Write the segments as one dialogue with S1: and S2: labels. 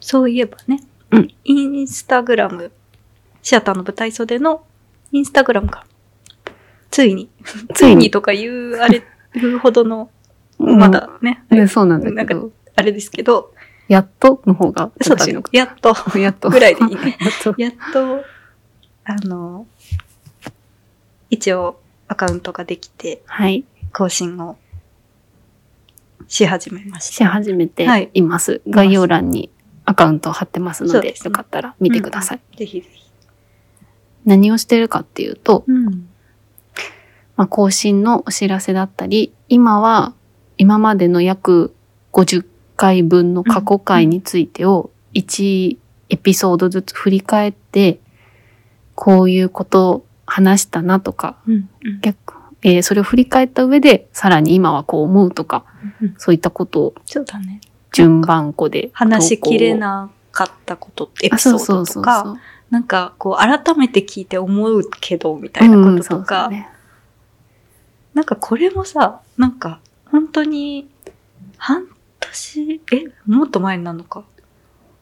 S1: そういえばね、
S2: うん
S1: インスタグラム、シアターの舞台袖のインスタグラムが、ついに、つ
S2: つ
S1: い
S2: い
S1: に
S2: に
S1: とか言う、あれ、言うほどの、
S2: うん
S1: ま。だね、
S2: えそうなんだ
S1: なん
S2: け
S1: か
S2: ど、
S1: あれですけど、
S2: やっとの方が
S1: そう
S2: 正
S1: だ
S2: しい
S1: ね
S2: のか。。
S1: やっと、
S2: やっと。
S1: ぐらいでいい ね
S2: やっと。
S1: やっと、あの、一応アカウントができて、
S2: はい。
S1: 更新をし始めまし
S2: し始めて
S1: はい
S2: います。概要欄にアカウントを貼ってますの
S1: そう
S2: で、
S1: ですね
S2: よかったら見てください。
S1: た。ぜひぜひ。
S2: 何をしてるかっていうと、
S1: うん。
S2: まあ、更新のお知らせだったり、今は今までの約50回分の過去回についてを1エピソードずつ振り返って、こういうことを話したなとか、
S1: うん。
S2: 逆えーそれを振り返った上で、さらに今はこう思うとか、
S1: うん
S2: そういったことを
S1: そうだね。
S2: 順番こで
S1: 話しきれ
S2: い
S1: なかったこと、エピソードとか、なんかこう改めて聞いて思うけどみたいなこととか、なんかこれもさ、なんか本当に半年、え、もっと前になるのか。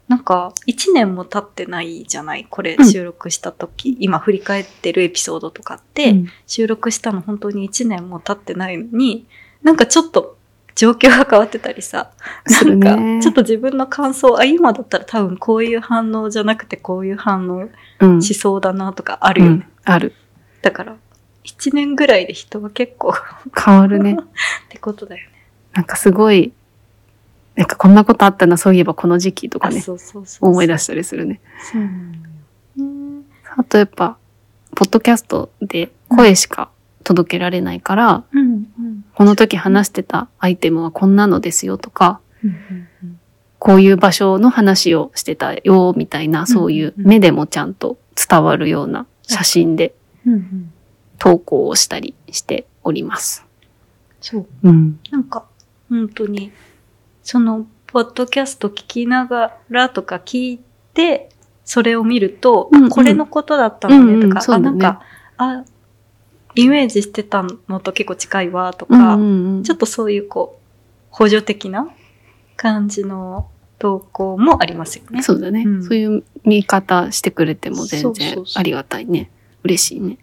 S1: なんか1年も経ってないじゃないこれ
S2: うん
S1: 収録した時、今振り返ってるエピソードとかって、収録したの本当に1年も経ってないのに、なんかちょっと状況が変わってたりさ、
S2: する
S1: な
S2: ね
S1: んかちょっと自分の感想、あ、今だったら多分こういう反応じゃなくてこういう反応
S2: うん
S1: しそうだなとかある
S2: う
S1: よね。
S2: んある。
S1: だから、1年ぐらいで人は結構 っ
S2: 変わるね。
S1: てことだよね。
S2: なんかすごい、なんかこんなことあったな、そういえばこの時期とか
S1: あ、
S2: ね、
S1: そうそうそう。
S2: 思い出
S1: し
S2: したりするね。
S1: そうなのよね。
S2: あとやっぱ、ポッドキャストで声しか届けられないから、
S1: うんうん。
S2: この時話してたアイテムはこんなのですよとか、
S1: うんうんうん
S2: こういう場所の話をしてたよ、みたいな、そういう
S1: うんうん
S2: 目でもちゃんと伝わるような写真で
S1: うんうん。
S2: 投稿をしたりしております。
S1: そう。
S2: うん。
S1: なんか、本当に、その、ポッドキャスト聞きながらとか聞いて、それを見ると、
S2: うんうん
S1: あこれのことだったのねとか、
S2: うんうんそう
S1: あ、
S2: だ
S1: な
S2: ね
S1: んか、あ、イメージしてたのと結構近いわと
S2: う
S1: か、
S2: んうんうん、
S1: ちょっとそういうこう、補助的な感じの投稿もありますよね。
S2: そうだね、
S1: うん
S2: そういう見方してくれても全
S1: そうそ
S2: 然
S1: うそう
S2: ありがたいね。嬉しいね。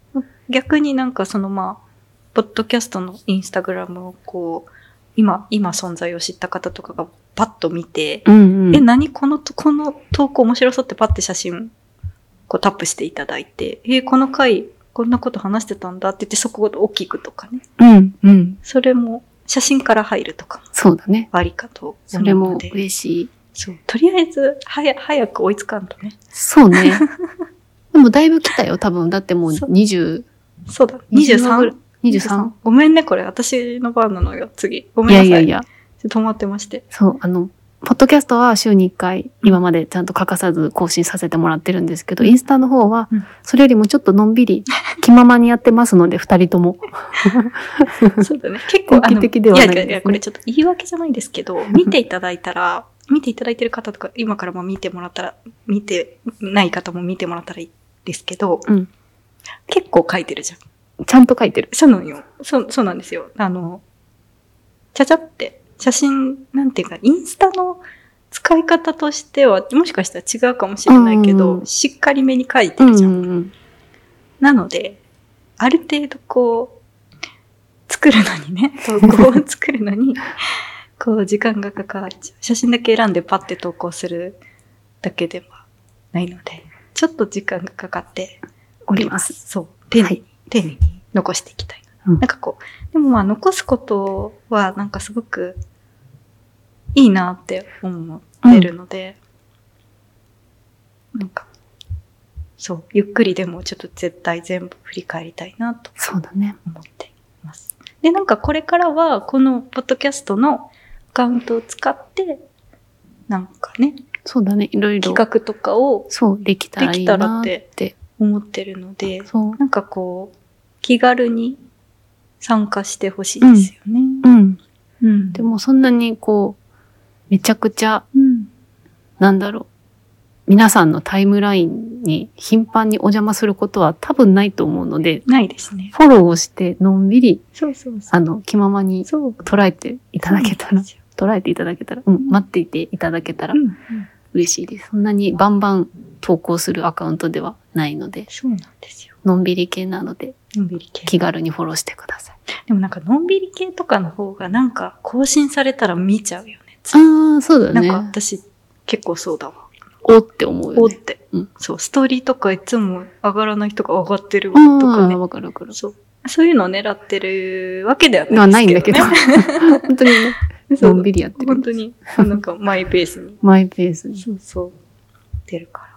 S1: 逆になんかそのまあ、ポッドキャストのインスタグラムをこう、今、今存在を知った方とかがパッと見て、
S2: うんうん。
S1: え、何このと、この投稿面白そうってパッて写真、こうタップしていただいて、えーこの回、こんなこと話してたんだって言ってそこを大きくとかね。
S2: うんうん。
S1: それも、写真から入るとかも
S2: そうだね。
S1: ありかと
S2: そ
S1: 思
S2: れ
S1: うの
S2: も
S1: で。
S2: 嬉しい。
S1: そう。とりあえず、はや、早く追いつかんとね。
S2: そう ね。でもだいぶ来たよ、多分。だってもう
S1: そう
S2: 20、
S1: そうだ、
S2: 20ぐら
S1: 23?
S2: い 23?
S1: ごめんね、これ。私の番なのよ、次。ご
S2: い
S1: めんな
S2: や
S1: さい。
S2: いやいや。
S1: ちょっと止まってまして。
S2: そう、あの、ポッドキャストは週に1回、今までちゃんと欠かさず更新させてもらってるんですけど、インスタの方は
S1: うん、
S2: それよりもちょっとのんびり、 気ままにやってますので、2人とも。
S1: そうだね。結構、あ
S2: 定
S1: の、
S2: 期的ではない
S1: やいやいや、
S2: ですね
S1: これちょっと言い訳じゃないですけ ど、見ていただいたら、見ていただいてる方とか、今からも見てもらったら、見てない方も見てもらったらいいですけど、
S2: うん
S1: 結構書いてるじゃん。
S2: ちゃんと書いてる。
S1: そうなのよ。そう、そうなんですよ。あの、ちゃちゃって、写真、なんていうか、インスタの使い方としては、もしかしたら違うかもしれないけど、
S2: うん
S1: しっかりめに書いてる
S2: うんう
S1: じゃん。
S2: んうん。
S1: なので、ある程度こう、作るのにね、投稿を作るのに、こう、時間がかかっちゃう。写真だけ選んでパッて投稿するだけではないので、ちょっと時間がかかって
S2: おります。。
S1: そう。丁寧に、
S2: はい
S1: 丁寧に残していきたいな。
S2: うん
S1: なんかこう、でもまあ残すことはなんかすごくいいなって思ってるので、なんか、そう、ゆっくりでもちょっと絶対全部振り返りたいなと
S2: そうだね。
S1: 思っています。で、なんかこれからは、このポッドキャストのアカウントを使って、なんかね、
S2: そうだね。いろいろ
S1: 企、画とかを
S2: そう、できたらいいなっ
S1: でき
S2: て。
S1: 思ってるので、
S2: そう。
S1: なんかこう、気軽に参加してほしいですよね。
S2: うん。
S1: うん。
S2: で、もそんなにこう、めちゃくちゃ、
S1: うん。
S2: なんだろう。皆さんのタイムラインに頻繁にお邪魔することは多分ないと思うので、
S1: ないですね。
S2: フォローをしてのんびり、
S1: そうそうそう。
S2: あの、気ままに
S1: そう。い
S2: 捉えていただけたら、捉えていただけたら、うん、待っていていただけたら
S1: うん。
S2: 嬉しいです。そんなにバンバン投稿するアカウントではないので、
S1: そうなんですよ。
S2: のんびり系なので、
S1: のんびり系。
S2: 気軽にフォローしてください。
S1: でもなんか、のんびり系とかの方が、なんか、更新されたら見ちゃうよね。
S2: ああ、そうだ
S1: なん
S2: ね。
S1: か、私、結構そうだわ。
S2: おって思う
S1: お
S2: よ
S1: っ
S2: ね。
S1: て、
S2: うん
S1: そう、ストーリーとかいつも上がらない人が上がってるわ
S2: あ
S1: とかね
S2: あ、。わかるわかる。
S1: そう。そういうのを狙ってるわけでは
S2: まあ
S1: な
S2: ないいん
S1: で
S2: だ
S1: す
S2: け
S1: け
S2: ど。
S1: ど、ね。
S2: 本当に ね、のんびりやって
S1: そう本
S2: る。
S1: 当に、なんかマイペースに。
S2: マイペースに。
S1: そうそう。出るから。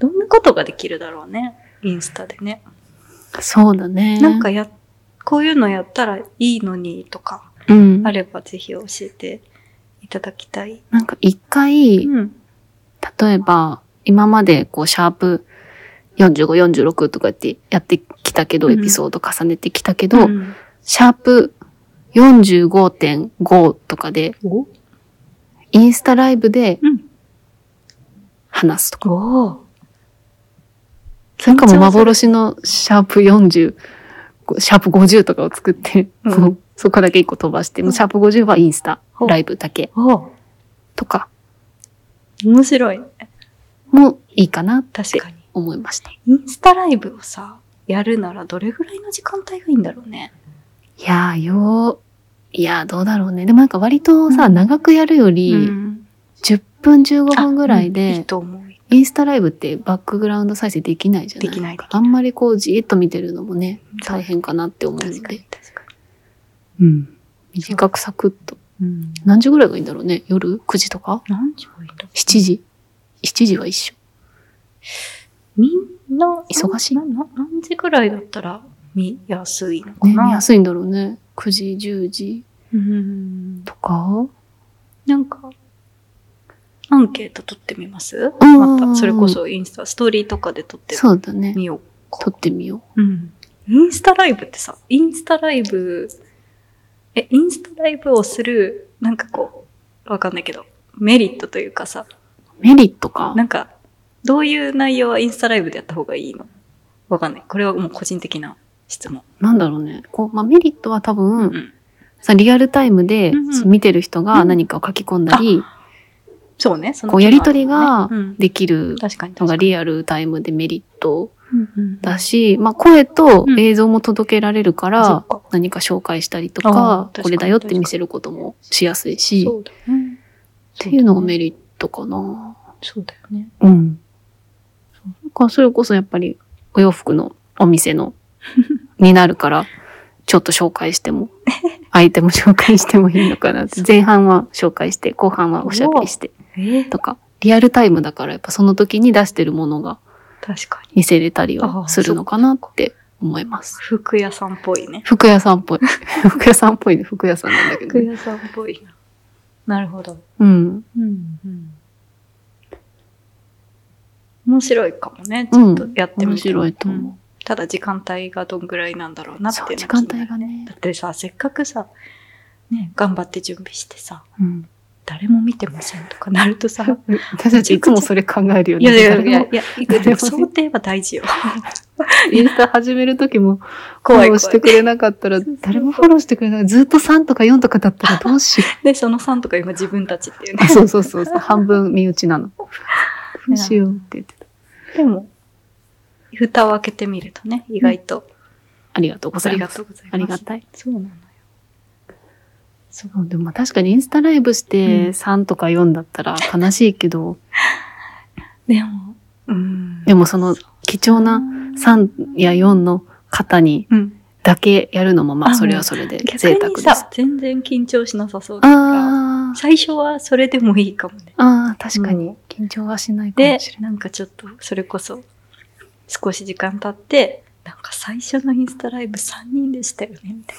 S1: どんなことができるだろうね。インスタでね。
S2: そうだね。
S1: なんかや、こういうのやったらいいのにとか、
S2: うん。
S1: あればぜひ教えていただきたい。
S2: なんか一回、
S1: うん。
S2: 例えば、今までこう、シャープ45、46とかやってやってきたけど、
S1: うん
S2: エピソード重ねてきたけど、
S1: ん、
S2: シャープ45.5とかで、
S1: お
S2: インスタライブで
S1: うん。
S2: 話すとか。
S1: おー
S2: それかも幻のシャープ40、シャープ50とかを作って、
S1: うん
S2: そうそこだけ一個飛ばして、もうシャープ50はインスタ、
S1: ほう
S2: ライブだけ
S1: おー
S2: とか
S1: 面白いね。
S2: もいいかなって
S1: 確かに。
S2: 思いました。
S1: インスタライブをさ、やるならどれぐらいの時間帯がいいんだろうね。
S2: いやーよー、いやーどうだろうね。でもなんか割とさ、
S1: うん
S2: 長くやるより、
S1: ん、
S2: 10分15分ぐ
S1: あ
S2: らい
S1: うんいい
S2: で、
S1: と思う。
S2: インスタライブってバックグラウンド再生できないじゃない
S1: できないでき
S2: あんまりこうじーっと見てるのもね、大変かなって思うの
S1: 確かに
S2: で。
S1: 確か
S2: うん。短くサクッと。
S1: に。うん。
S2: 何時ぐらいがいいんだろうね夜 ?9 時とか
S1: 何時がいいんだろう
S2: ?7 時 ?7 時は一緒。
S1: みんな、
S2: 忙しい
S1: なな何時ぐらいだったら見やすいのか
S2: ね、
S1: な、
S2: 見やすいんだろうね。9時、10時
S1: うん。
S2: とか
S1: なんか、アンケート取ってみます
S2: うん
S1: また、それこそインスタ、ストーリーとかで撮って
S2: そうだね。
S1: みよう
S2: 撮
S1: か。
S2: ってみよう。
S1: うん。インスタライブってさ、インスタライブ、え、インスタライブをする、なんかこう、わかんないけど、メリットというかさ、
S2: メリットか。
S1: なんか、どういう内容はインスタライブでやった方がいいのわかんない。これはもう個人的な質問。
S2: なんだろうね。こう、まあ、メリットは多分、
S1: ん。
S2: さ、リアルタイムで、
S1: うんうん
S2: そう見てる人が何かを書き込んだり、
S1: そうね。その
S2: こう、やりとりが
S1: うん、
S2: できる
S1: 確かに確
S2: の
S1: か
S2: が
S1: に。
S2: リアルタイムでメリットだ
S1: し、
S2: し、まあ、声と
S1: うん
S2: 映像も届けられるか
S1: そっ
S2: ら、
S1: か
S2: 何か紹介したりと
S1: あー
S2: か
S1: 確か、に
S2: これだよって見せることもしやすいし、
S1: そうだね。
S2: っていうのがメ
S1: リ
S2: リットかな。
S1: そうだよね。
S2: うん。なんかそれこそやっぱりお洋服のお店 のになるから、ちょっと紹介し ても、アイテム紹介してもいいのかなって。前半は紹介して、後半はおしゃべりして
S1: ええ
S2: とか、リアルタイムだからやっぱその時に出してるものが
S1: 確かに。
S2: 見せれたりはするのかなって思います。
S1: 服屋さんっぽいね。
S2: 服屋さん っぽい。服屋さんっぽいね。服屋さんなんだけど、
S1: 服
S2: ね。
S1: 屋さんっぽいな。なるほど。
S2: うん。
S1: うんうん。面白いかもね。ちょっとやってみても、
S2: 面白いと思う。
S1: ただ時間帯がどんぐらいなんだろうなってい
S2: そうう、
S1: の
S2: 時
S1: が
S2: 間
S1: 気にな
S2: 帯
S1: る
S2: がね
S1: だ。ってさ、せっかくさ、ね、頑張って準備してさ、
S2: うん。
S1: 誰も見てませんとかなるとさ、
S2: 私たちいつもそれ考えるよ
S1: い
S2: ね。
S1: やいやい
S2: 誰
S1: や
S2: も
S1: いや、いやでも想定は大事よ。
S2: インスタ始める時も、フォ
S1: 怖い怖
S2: ロー
S1: い
S2: してくれなかったら、誰もフォローしてくれない。ずっと3とか4とかだった らどうしよ
S1: で、その3とか今自分たちっていう
S2: う。
S1: ね。
S2: そうそうそうそう。半分身内なの。どうしようって言ってた。
S1: でも、蓋を開けてみるとね、意外と。
S2: ありがとうご
S1: あ
S2: ざい
S1: り
S2: ま
S1: が
S2: す。
S1: とうございます。
S2: ありがたい。
S1: そうなのよ。
S2: そう。でもまあ確かにインスタライブして
S1: うん
S2: 3とか4だったら悲しいけど、
S1: でも、うん。
S2: でもその貴重な3や4の方に
S1: うん。
S2: だけやるのもまあ
S1: あ
S2: それはそれで
S1: 逆
S2: 贅沢で
S1: に
S2: す。あ
S1: さ、全然緊張しなさそうだから、
S2: あー、
S1: 最初はそれでもいいかもね。
S2: ああ、確か
S1: う
S2: に緊張はしないか
S1: で
S2: もしれ、
S1: なんかちょっと、それこそ、少し時間経って、なんか最初のインスタライブ3人でしたよね、みた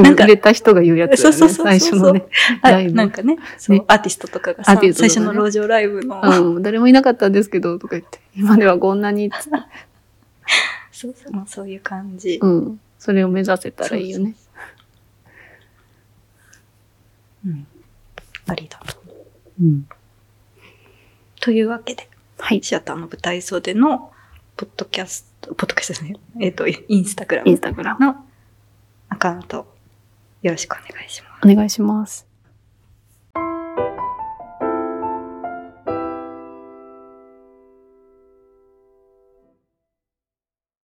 S1: い
S2: ない。
S1: なんか
S2: 売れた人が言うやつだよ
S1: そう
S2: ね。
S1: そうそう
S2: 最
S1: そ
S2: 初
S1: う
S2: のね。
S1: な。
S2: ライブ
S1: なんかね、そう、
S2: ね
S1: アーティストとかがさ、
S2: アーティスト
S1: 最
S2: とかね
S1: 初の路上ライブの、
S2: うん、誰もいなかったんですけど、とか言って。今ではこんなに、
S1: そうそう、まあそういう感じ。
S2: うん。それを目指せたらいいよね。
S1: うん。ありだな。
S2: うん。
S1: というわけで、
S2: はい。
S1: シアターの舞台袖の、ポッドキャスト、ポッドキャストですね。えっ、と、インスタグラ
S2: イン
S1: ム
S2: スタグラム。
S1: のアカウント、よろしくお願いします。
S2: お願いします。